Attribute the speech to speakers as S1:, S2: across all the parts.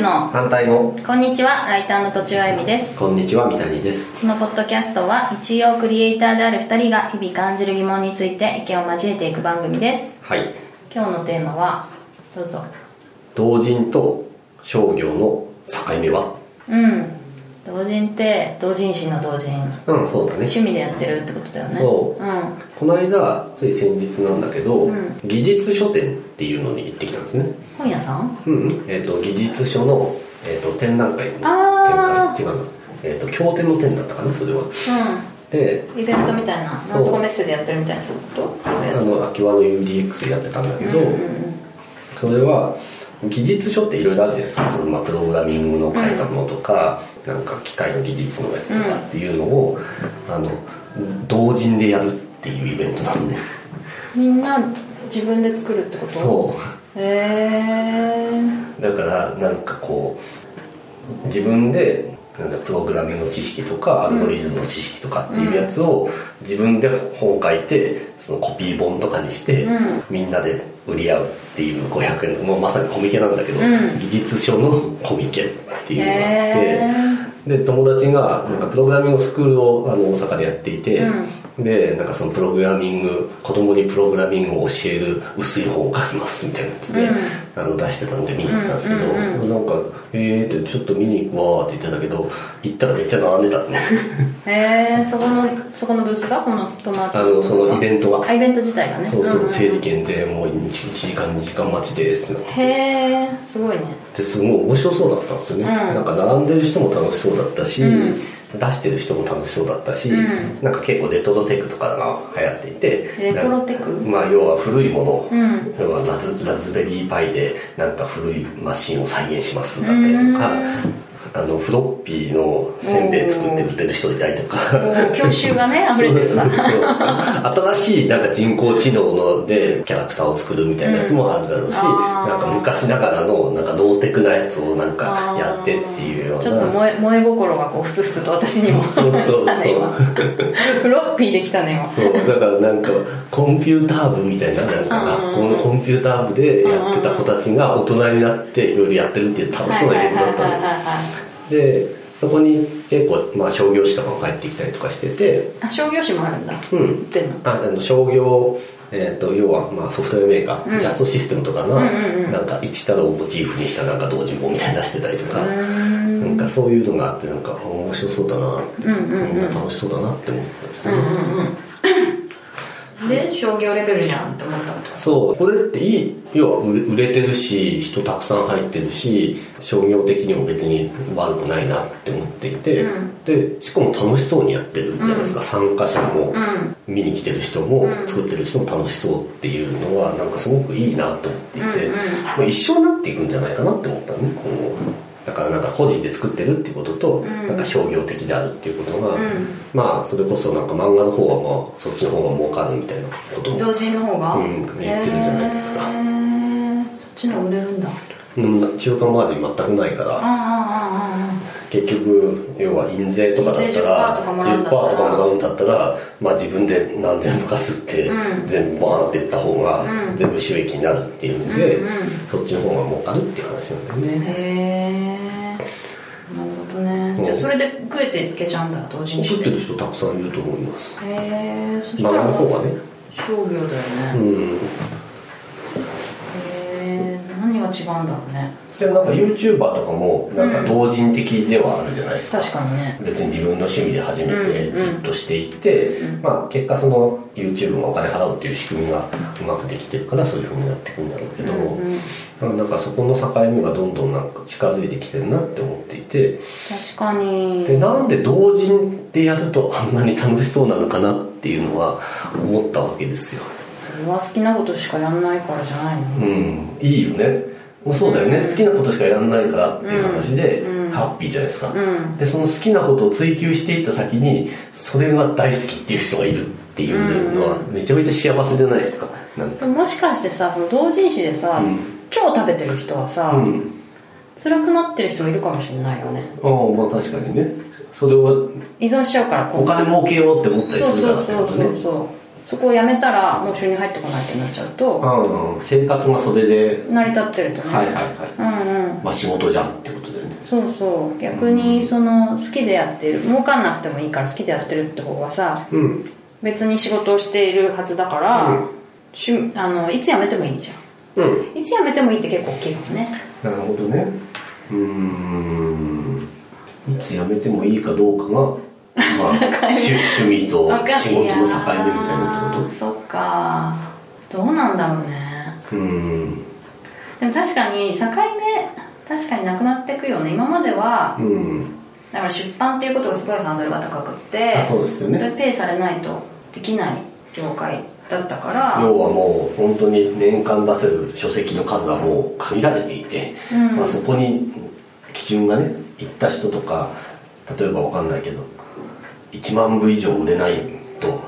S1: の
S2: 反対語
S1: こんにちはライターのとちおえみです
S2: こんにちは三谷です
S1: このポッドキャストは一応クリエイターである2人が日々感じる疑問について意見を交えていく番組です
S2: はい
S1: 今日のテーマはどうぞ
S2: 同人と商業の境目は
S1: うん同人って同人誌の同人
S2: うんそうだね
S1: 趣味でやってるってことだよね
S2: そ
S1: うん
S2: この間つい先日なんだけど、
S1: うん
S2: 技術書店っていうのに行ってきたんですね
S1: 本屋さん
S2: うん、えっと技術書の、えっと展覧会の展
S1: あ
S2: 覧会違うなえっ、と経典の展だったかなそれはで
S1: うんイベントみたいな
S2: そ
S1: な
S2: う
S1: んとかメッセでやってるみたいなそういうことそういう
S2: あ
S1: やつ
S2: の秋葉の UDX でやってたんだけど、
S1: うんうんうん
S2: それは技術書っていろいろあるじゃないですかその、まあ、プログラミングの書いたものとか、なんか機械の技術のやつとかっていうのを、あの同人でやるっていうイベントなんで、
S1: みんな自分で作るってこと
S2: そう
S1: へえ
S2: うだからなんかこう自分でなんだプログラミングの知識とかアルゴリズムの知識とかっていうやつを自分で本を書いてそのコピー本とかにして、
S1: うん
S2: みんなで売り合うっていう500円の、もうまさにコミケなんだけど、
S1: うん
S2: 技術書のコミケっていうのがあって。
S1: へ
S2: で友達がなんかプログラミングのスクールをあの大阪でやっていて、でなんかそのプログラミング子供にプログラミングを教える薄い本を書きますみたいなやつで、
S1: うん
S2: あの出してたんで見に行ったんですけど、
S1: うんうん
S2: なんか「えー」って「ちょっと見に行くわ」って言ってたけど行ったらめっちゃ並んでたね
S1: えへえそこのそこのブースがその友達
S2: あのそのイベントが
S1: あイベント自体がね
S2: そうそう、
S1: んん
S2: 整理券でもう 1, 時間2時間待ちですってなって
S1: へえすごいね
S2: ですごい面白そうだったんですよね、
S1: うん
S2: なんか並んでる人も楽しそうだったし、
S1: うん
S2: 出してる人も楽しそうだったし、
S1: うん
S2: なんか結構レトロテクとかが流行っていて
S1: レトロテク
S2: なんかまあ要は古いもの、
S1: うん
S2: 要はラズラズベリーパイでなんか古いマシンを再現しますだったりとか、
S1: うん
S2: あのフロッピーのせんべい作って売ってる人いたりとか
S1: こう教習がね溢れてるさ
S2: そうそうそう新しいなんか人工知能のでキャラクターを作るみたいなやつもあるだろうし、
S1: うんあー
S2: なんか昔ながらのなんかローテクなやつをなんかやってっていうような
S1: ちょっと萌え萌え心がこうふつふつと私にも
S2: そうそう そ
S1: 来
S2: う
S1: たね今フロッピーできたね今
S2: そうだからなんかコンピューター部みたいななんか学校のコンピューター部でやってた子たちが大人になっていろいろやってるっていう楽しそうなイベントだった
S1: は
S2: の
S1: いはいはいはいはい
S2: でそこに結構、まあ、商業誌とかも入ってきたりとかしてて
S1: あ商業誌もあるんだ
S2: う
S1: 売
S2: ん
S1: ってんの
S2: ああの商業、えー、と要はまあソフトウェアメーカー、
S1: うん
S2: ジャストシステムとかが、
S1: うんうんうん
S2: なんか一太郎をモチーフにしたなんか同時本みたいなの出してたりとか、
S1: うーん
S2: なんかそういうのがあってなんか面白そうだなって、
S1: うんうんうん
S2: みんな楽しそうだなって思ったんです
S1: うん
S2: ね、
S1: うんうんで商業レベルじゃんって思ったのと
S2: そうこれっていい要は売れ売れてるし人たくさん入ってるし商業的にも別に悪くないなって思っていて、
S1: うん
S2: でしかも楽しそうにやってるじゃないですか、参加者も、
S1: うん
S2: 見に来てる人も
S1: うん
S2: 作ってる人も楽しそうっていうのはなんかすごくいいなと思っていて、
S1: うんうん
S2: まあ、一緒になっていくんじゃないかなって思ったのね今後だからなんか個人で作ってるっていうことと、
S1: ん
S2: なんか商業的であるっていうことが、
S1: うん
S2: まあそれこそなんか漫画の方はまあそっちの方が儲かるみたいなことも
S1: 同人の方が
S2: うん言ってるんじゃないですか
S1: へーそっちの方が売れるんだ
S2: うん中間マージン全くないか
S1: ああ
S2: ら
S1: ああああ
S2: 結局要は印税とかだったら
S1: 印税10%とかもら
S2: うんだったら、まあ、自分で何千もかすって
S1: うん
S2: 全部バーンっていった方が
S1: うん
S2: 全部収益になるっていうんで、
S1: うんうん
S2: そっちの方が儲かるっていう話なんだよね
S1: へえなるほどね、
S2: うん
S1: じゃあそれで食えていけちゃうんだ同時にし
S2: 送ってて
S1: へ
S2: る人たくさんいると思います
S1: えそした
S2: 漫
S1: ら
S2: 画の方はね
S1: 商業だよ
S2: う
S1: ね、
S2: ん
S1: へえ何が違うんだろうね
S2: でもなんか YouTuber とかもなんか同人的ではあるじゃないですか、
S1: 確かにね
S2: 別に自分の趣味で始めて
S1: う
S2: ヒ
S1: んうん
S2: ットしていって、
S1: うん
S2: まあ、結果その YouTube がお金払うっていう仕組みがうまくできてるからそういうふうになってくるんだろうけど、
S1: うんうん
S2: なんかそこの境目がどんどんなんか近づいてきてるなって思っていて
S1: 確かに
S2: でなんで同人でやるとあんなに楽しそうなのかなっていうのは思ったわけですよ
S1: 俺は好きなことしかやんないからじゃないの
S2: うんいいよねもうそうだよね、好きなことしかやんないからっていう話で、
S1: うんうん
S2: ハッピーじゃないですか、
S1: うん
S2: でその好きなことを追求していった先にそれが大好きっていう人がいるっていうのはめちゃめちゃ幸せじゃないですかなんか
S1: でももしかしてさその同人誌でさ、
S2: うん
S1: 超食べてる人はさ、
S2: うん
S1: 辛くなってる人もいるかもしれないよね
S2: ああまあ確かにねそれを
S1: 依存しちゃうからこ
S2: お
S1: う
S2: 金儲けようって思ったり
S1: そう
S2: するか
S1: そ
S2: ら
S1: う
S2: って
S1: そ
S2: こ
S1: うそう
S2: とね
S1: そうそこをやめたらもう収入入ってこないってなっちゃうと
S2: うん、生活がそれで、
S1: 成り立ってるとね、
S2: はいはいは
S1: うんうん
S2: い、まあ、仕事じゃんってことだよね
S1: そうそう逆にその好きでやってる儲かんなくてもいいから好きでやってるって方がさ
S2: うん
S1: 別に仕事をしているはずだから、
S2: うん
S1: しゅあのいつ辞めてもいいじ
S2: うん
S1: ゃんいつ辞めてもいいって結構大きいもんね
S2: なるほどねうーんいつ辞めてもいいかどうかが、ま あ、趣趣味と
S1: わかんない
S2: 仕事の境目みたいなってこ
S1: そっかどうなんだろうね
S2: とうーん
S1: でも確かに境目確かになくなっていくよね今までは
S2: うん
S1: だから出版っていうことがすごいハードルが高くって
S2: あそうですよね
S1: 本当にペイされないとできない業界だったから
S2: 要はもう本当に年間出せる書籍の数はもう限られていて、
S1: うん
S2: まあ、そこに基準がねいった人とか例えばわかんないけど1万部以上売れないと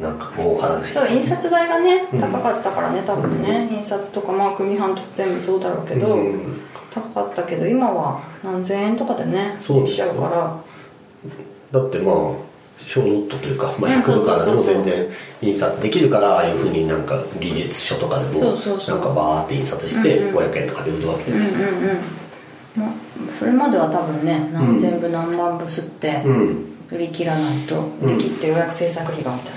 S2: なんか儲からない
S1: そう印刷代がね
S2: うん
S1: 高かったからね多分ね印刷とかまあ組版とか全部そうだろうけど、
S2: うん
S1: 高かったけど今は何千円とかでね
S2: そ
S1: で
S2: うで
S1: き
S2: す
S1: ち
S2: よ
S1: ゃうから
S2: だってまあ小ノットというか、まあ、
S1: うん
S2: 100部からでも
S1: そうそうそうそう
S2: 全然印刷できるからああいうふうになんか技術書とかでも
S1: そ
S2: な
S1: うんそうそう
S2: かバーって印刷して
S1: うんうん
S2: 500円とかで売るわけじ
S1: う
S2: ゃ
S1: ん
S2: な
S1: う
S2: い
S1: ん
S2: ですか
S1: うんまそれまでは多分ね何千部何万部すって
S2: うん
S1: 売り切らないと
S2: うん
S1: 売り切って予約制作費がみたい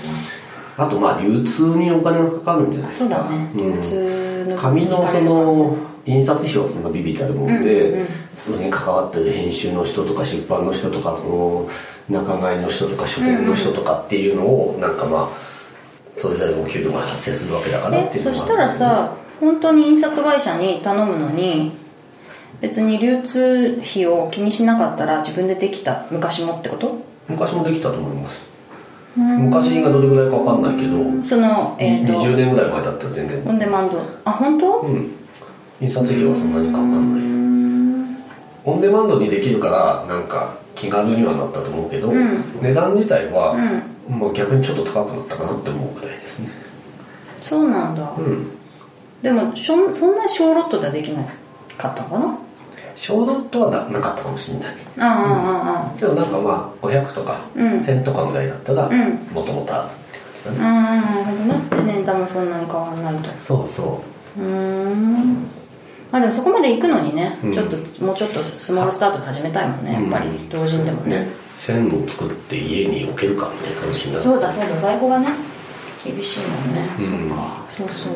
S1: な、
S2: あとまあ流通にお金がかかるんじゃないです
S1: そう
S2: か
S1: だね
S2: うん
S1: 流通の
S2: 紙のその印刷費はそんなビビったるもんで、
S1: うんうん
S2: その辺関わってる編集の人とか出版の人とかその仲買の人とか書店の人とかっていうのをなんかまあそれぞれの給料が発生するわけだからっ
S1: え
S2: ていうの
S1: そ
S2: も
S1: したらさ本当に印刷会社に頼むのに別に流通費を気にしなかったら自分でできた昔もってこと
S2: 昔もできたと思います
S1: うん
S2: 昔がどれぐらいか分かんないけど、
S1: そのえっ、
S2: 20
S1: と
S2: 年ぐらい前だったら全然
S1: オンデマンドあ本当、
S2: うん印刷費はそんなにかかんないオンデマンドにできるからなんか気軽にはなったと思うけど、
S1: ん
S2: 値段自体は、
S1: うん
S2: まあ、逆にちょっと高くなったかなって思うぐらいですね
S1: そうなんだ、
S2: うん
S1: でもしょんそんな小ロットではできないかったのかな
S2: 小ロットはななかったかもしれない
S1: あ
S2: けどなんかまあ500とか
S1: うん
S2: 1000とかぐらいだったら
S1: うん
S2: もともとあるって感じだ
S1: あああああ
S2: ね、
S1: あうんうんなるほどねで年単もそんなに変わらないと
S2: そうそう
S1: ーんまあでもそこまで行くのにね、
S2: うん
S1: ちょっともうちょっとスモールスタートで始めたいもんねやっぱり
S2: うん
S1: 同人でも
S2: う
S1: ね
S2: ね線を作って家に置けるかみたいな話になる
S1: そうだそうだ在庫がね厳しいもんね、
S2: うん
S1: そっかそうそう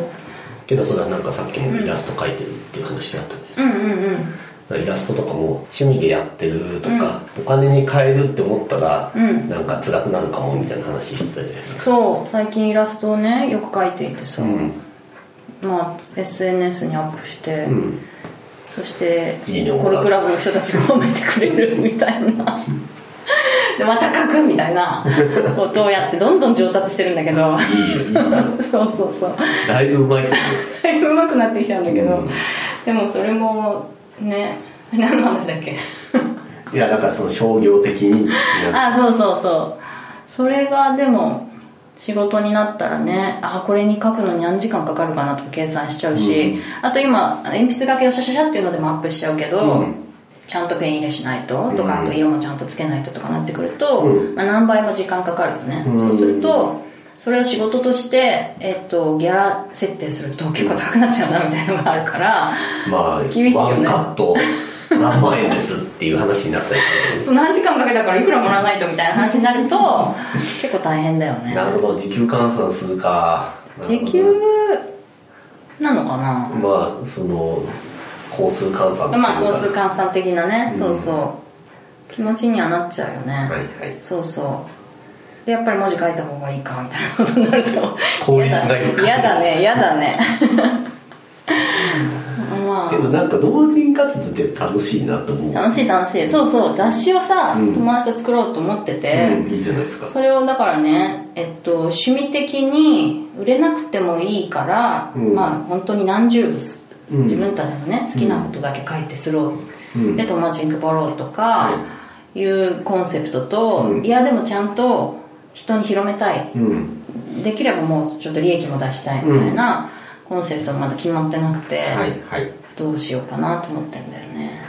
S2: けどそれはなんかさっきもイラスト描いてるっていう話があったんです
S1: うんうんうん
S2: イラストとかも趣味でやってるとか、お金に変えるって思ったら、
S1: うん
S2: なんか辛くなるかもみたいな話してたじゃないですか
S1: そう最近イラストをねよく描いていてさ、
S2: うん
S1: まあ SNS にアップして、
S2: うん
S1: そして
S2: いいね
S1: コルクラブの人たちが褒めてくれるみたいなでまた書くみたいなことをやってどんどん上達してるんだけど
S2: いいよいいよ
S1: そうそうそう
S2: だいぶうまいけど
S1: だいぶ上手くなってきちゃうんだけど、
S2: うん
S1: でもそれもね何の話だっけ
S2: いやだからその商業的になんか
S1: あそうそうそうそれがでも仕事になったらねあこれに書くのに何時間かかるかなとか計算しちゃうし、あと今鉛筆書きをシャシャシャっていうのでもアップしちゃうけど、
S2: うん
S1: ちゃんとペン入れしないととか、
S2: うん
S1: あと色もちゃんとつけないととかなってくると、
S2: うん
S1: まあ、何倍も時間かかるのね、
S2: うん
S1: そうするとそれを仕事として、えっとギャラ設定すると結構高くなっちゃうなみたいなのがあるから
S2: まあ、
S1: 厳しいよ
S2: ワン
S1: ね
S2: カット何万円ですっていう話になったりす
S1: その何時間かけたからいくらもらわないとみたいな話になると結構大変だよ
S2: る
S1: ね
S2: なるほど時給換算するかなるほど
S1: 時給なのかな
S2: まあその工数換算っていうか
S1: まあ工数換算的なね、
S2: うん
S1: そうそう気持ちにはなっちゃうよね、
S2: はいはい
S1: そうそうでやっぱり文字書いた方がいいかみたいなことになると
S2: 効率がいいか
S1: 嫌だね嫌だ ねま
S2: けどなんか同人活動って楽しいなと思う
S1: あ楽しい楽しいそうそう雑誌をさ、
S2: うん
S1: 友達と作ろうと思ってて、
S2: うん、いいじゃないですか
S1: それをだからね、えっと、趣味的に売れなくてもいいから、
S2: うん
S1: まあ本当に何十部す
S2: うん
S1: 自分たちのね好きなことだけ書いてスロ
S2: う
S1: ー
S2: ん
S1: で友達に配ろうとかいうコンセプトと、
S2: うん
S1: いやでもちゃんと人に広めたい
S2: うん
S1: できればもうちょっと利益も出したいみたいなコンセプトもまだ決まってなくて、
S2: はいはい
S1: どうしようかなと思ってんだよね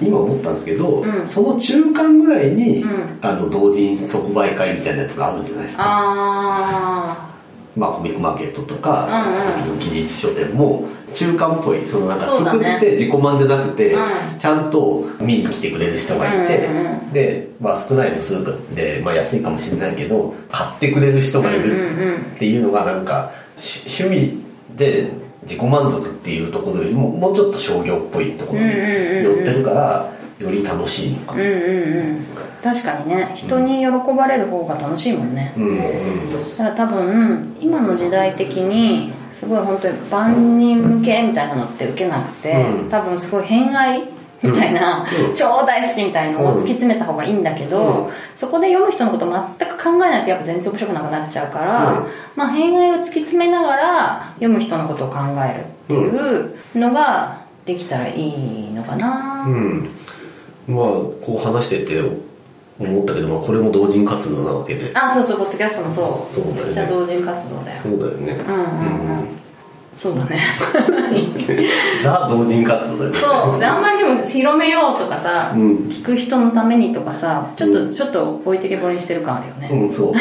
S2: 今思ったんですけど、
S1: うん
S2: その中間ぐらいに、
S1: うん
S2: あの同人即売会みたいなやつがあるんじゃないですか
S1: あ
S2: まあ、コミックマーケットとか、
S1: うんうん
S2: さっきの技術書店も中間っぽいそのなんか
S1: そうだ
S2: 作
S1: ね
S2: って自己満じゃなくて、
S1: うん
S2: ちゃんと見に来てくれる人がいて、
S1: うんうん
S2: で、まあ、少ない部数で、まあ、安いかもしれないけど買ってくれる人がい
S1: うんうんうん
S2: るっていうのがなんかし趣味で自己満足っていうところよりももうちょっと商業っぽいところに寄ってるから、より楽しいのか
S1: うん
S2: な。
S1: うんうん確かにね人に喜ばれる方が楽しいもんね、
S2: うんうん
S1: だから多分今の時代的にすごい本当に万人向けみたいなのって受けなくて、
S2: うん
S1: 多分すごい偏愛みたいな、
S2: うんうん
S1: 超大好きみたいのを突き詰めた方がいいんだけど、
S2: うん
S1: そこで読む人のこと全く考えないとやっぱ全然面白くなくなっちゃうから、
S2: うん
S1: まあ偏愛を突き詰めながら読む人のことを考えるっていうのができたらいいのかな、
S2: うん、まあこう話してて思ったけど、まあ、これも同人活動なわけで
S1: あそうそうポッドキャストもそう
S2: そうだよね
S1: めっちゃ同人活動だよ
S2: そうだよね、
S1: うんうんうん、
S2: うん
S1: そう だね
S2: ザ同人活動だよね
S1: そうであんまりでも広めようとかさ、
S2: うん
S1: 聞く人のためにとかさちょっと、
S2: う
S1: ちょっと置いてけぼりにしてる感あるよね、
S2: うんそう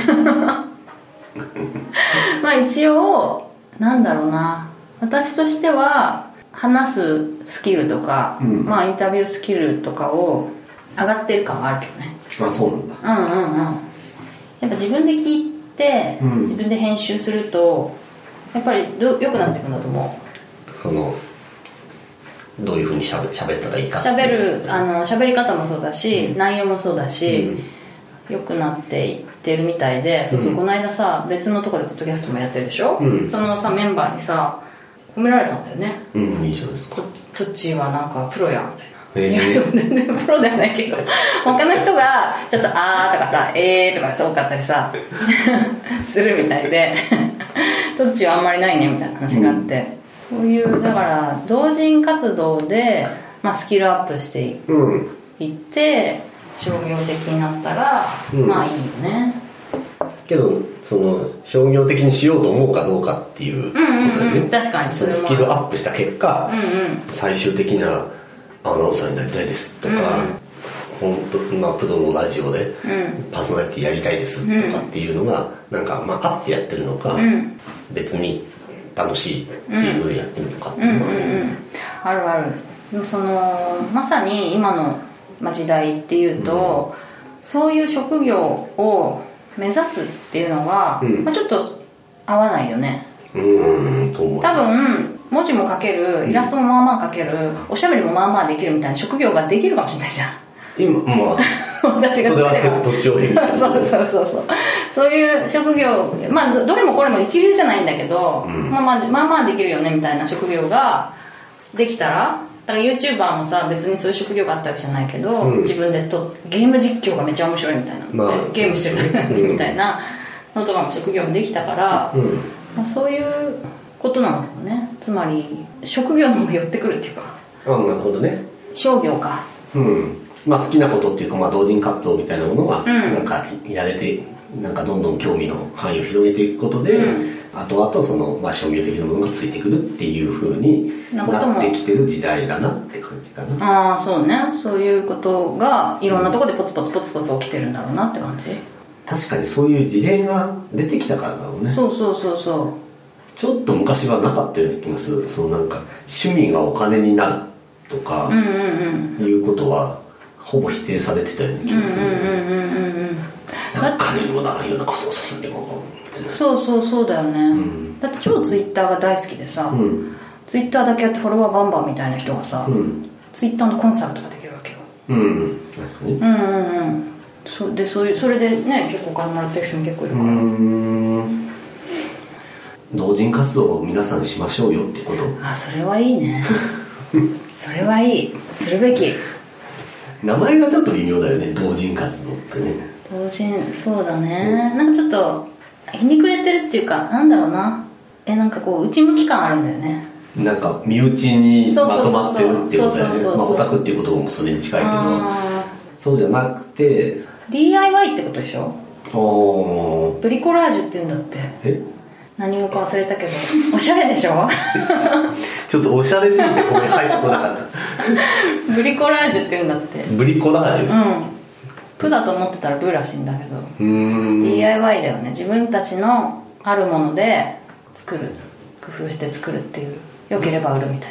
S1: まあ一応なんだろうな私としては話すスキルとか、
S2: うん
S1: まあインタビュースキルとかを上がってる感はあるけどね
S2: あそうなんだ
S1: うんうんうんやっぱ自分で聞いて、
S2: うん
S1: 自分で編集するとやっぱりど良くなっていくんだと思う
S2: そのどういうふうにしゃべしゃべったらいいかっていう
S1: 喋るあの喋り方もそうだし、内容もそうだし、良くなっていってるみたいで、そうそう
S2: うん
S1: この間さ別のとこでポッドキャストもやってるでしょ、
S2: うん
S1: そのさメンバーにさ褒められたんだよね
S2: うんいいじゃないですか
S1: トトッチーはなんかプロやんみたいな。
S2: へ
S1: いや
S2: え
S1: でも全然プロではないけど他の人がちょっと「あー」とかさ「えー」とかさ多かったりさ するみたいでどっちはあんまりないねみたいな話があって、そういうだから同人活動で、まあ、スキルアップして
S2: うん
S1: いって商業的になったら、
S2: うん
S1: まあいいよね
S2: けどその商業的にしようと思うかどうかっていうことでね、
S1: うんうんうん確かに
S2: その
S1: それ
S2: ス
S1: も
S2: キルアップした結果、
S1: うんうん
S2: 最終的にはアナウンサーになりたいですとか、本当まあプロのラジオで
S1: うん
S2: パーソナリティやりたいですとかっていうのが、なんかまああってやってるのか、
S1: ん
S2: 別に楽しいっていうのでやってるのかって
S1: うん
S2: いう
S1: うん
S2: のはね
S1: うんあるあるでもそのまさに今のまあ時代っていうと、そういう職業を目指すっていうのが、
S2: うん
S1: まあ、ちょっと合わないよね
S2: うーんと思う
S1: 多分文字も書けるイラストもまあまあ書ける、おしゃべりもまあまあできるみたいな職業ができるかもしれないじゃん
S2: 今まあ
S1: 私が
S2: それは
S1: 作れば
S2: 途中変化
S1: そうそうそうそうそういう職業まあどどれもこれも一流じゃないんだけど、
S2: うん
S1: まあまあまあまあできるよねみたいな職業ができたらだから YouTuber もさ別にそういう職業があったわけじゃないけど、
S2: うん
S1: 自分でとゲーム実況がめちゃ面白いみたいな、
S2: まあ
S1: ゲームしてる、
S2: うん
S1: みたいなのとかも職業もできたから、
S2: うん
S1: まあ、そういうことなのかもねつまり職業の方が寄ってくるっていうか
S2: あなるほどね
S1: 商業か
S2: うんまあ好きなことっていうか、まあ、同人活動みたいなものが
S1: ん
S2: なんかやれて、なんかどんどん興味の範囲を広げていくことで、
S1: うん
S2: 後々その、まあ、商業的なものがついてくるっていうふうに
S1: なことも
S2: なってきてる時代だなって感じかな
S1: ああそうねそういうことがいろんなとこでポツポツポツポツ起きてるんだろうなって感じ、
S2: 確かにそういう事例が出てきたからだろうね
S1: そうそうそうそ
S2: ちょっと昔はなかったような気がするそのなんか趣味がお金になるとか
S1: ううんうんうん
S2: いうことはほぼ否定されてたような気
S1: うん
S2: がする、
S1: うんうんうんうん
S2: なんか金にもならんようなことをするにもみたいな
S1: そうそうそうだよね、
S2: ん
S1: だって超ツイッターが大好きでさ、
S2: うん
S1: ツイッターだけやってフォロワーバンバンみたいな人がさ、
S2: うん
S1: ツイッターのコンサルとかできるわけよ
S2: うん確かに
S1: うんうんうんそでそういうそれでね結構お金もらってる人も結構いる
S2: う
S1: か
S2: ー
S1: ら、
S2: ん同人活動を皆さんしましょうよってこと
S1: あそれはいい ねそれはいいするべき
S2: 名前がちょっと微妙だよね同人活動ってね
S1: 同人そうだね、なんかちょっとひにくれてるっていうかなんだろうなえなんかこう内向き感あるんだよね
S2: なんか身内に
S1: そう
S2: ま
S1: そうそうそ
S2: と
S1: う
S2: まってるってことだよね
S1: そうそうそうそう
S2: まあオタクっていう言葉もそれに近いけど
S1: あ
S2: そうじゃなくて
S1: ー DIY ってことでしょ
S2: おー
S1: ブリコラージュって言うんだって
S2: え
S1: 何語か忘れたけどおしゃれでしょ
S2: ちょっとおしゃれすぎてごめん入ってこなかっ
S1: ブリコラージュって言うんだって
S2: たブリコラージ
S1: う
S2: ュ
S1: んプだと思ってたらブーらしいんだけど、
S2: うーん
S1: DIY だよね自分たちのあるもので作る工夫して作るっていうよければ売るみたい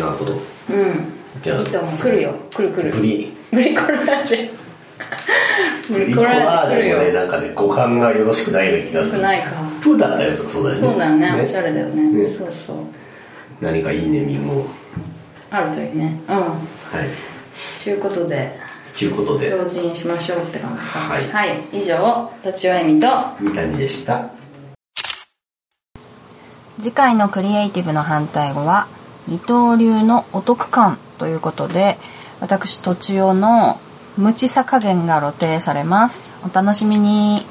S1: な
S2: なるほど
S1: うん
S2: じゃあ
S1: きっともう来るよ来る来る
S2: ブリ
S1: ブリコラージュ
S2: ブリコラージ
S1: ブリ
S2: ュ
S1: コ
S2: も
S1: ラ
S2: ねなんかね語感がよろしくないような気がす
S1: よく
S2: る
S1: ないか
S2: プーだったらよさそうだよね
S1: そうだよねおしゃれだよね
S2: ね
S1: そうそう
S2: 何かいいネーミングを
S1: あるといいねうん
S2: はい
S1: ということで
S2: ということで
S1: 同時にしましょうって感じか
S2: はい
S1: はい、以上とちおえみと
S2: 三谷でした
S1: 次回のクリエイティブの反対語は二刀流のお得感ということで私とちおの無知さ加減が露呈されますお楽しみに